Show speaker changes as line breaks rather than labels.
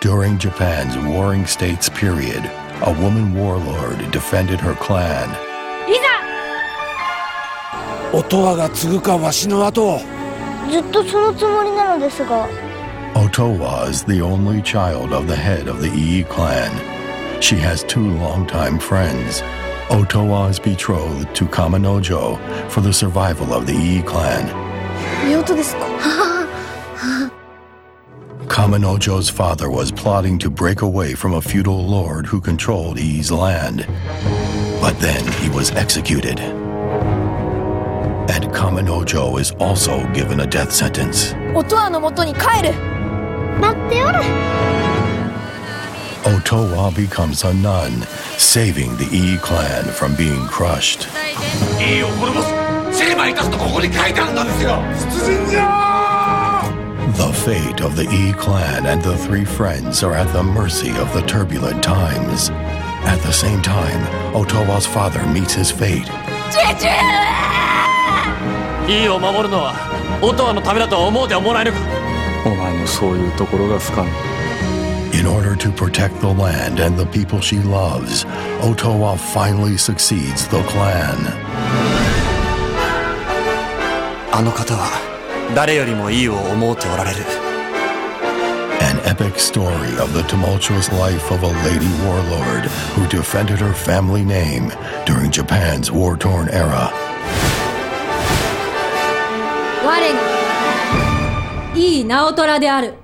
During Japan's Warring States period, a woman warlord defended her clan
い
音羽が継ぐかわしの後を
ざずっとそのつもりなのですが
Otowa is the only child of the head of the Ii clan. She has two longtime friends. Otowa is betrothed to Kaminojo for the survival of the Ii clan.
夫ですか
Kaminojo's father was plotting to break away from a feudal lord who controlled Ii's land. But then he was executed. And Kaminojo is also given a death sentence.
音羽のもとに帰る
待っておる
Otowa becomes a nun, saving the Ii clan from being crushed.
いいを滅ぼす成敗いたすとここに書いてあるんですよ出陣じゃ
The fate of the E clan and the three friends are at the mercy of the turbulent times. At the same time, Otowa's father meets his fate.
いいを守るのは音羽のためだとは思うてはもらえぬか
お前のそういうところが深み
In order to protect the land and the people she loves, Otowa finally succeeds the clan.
あの方は誰よりもいいを思うておられる
An epic story of the tumultuous life of a lady warlord who defended her family name during Japan's war torn era.
我がいい直虎である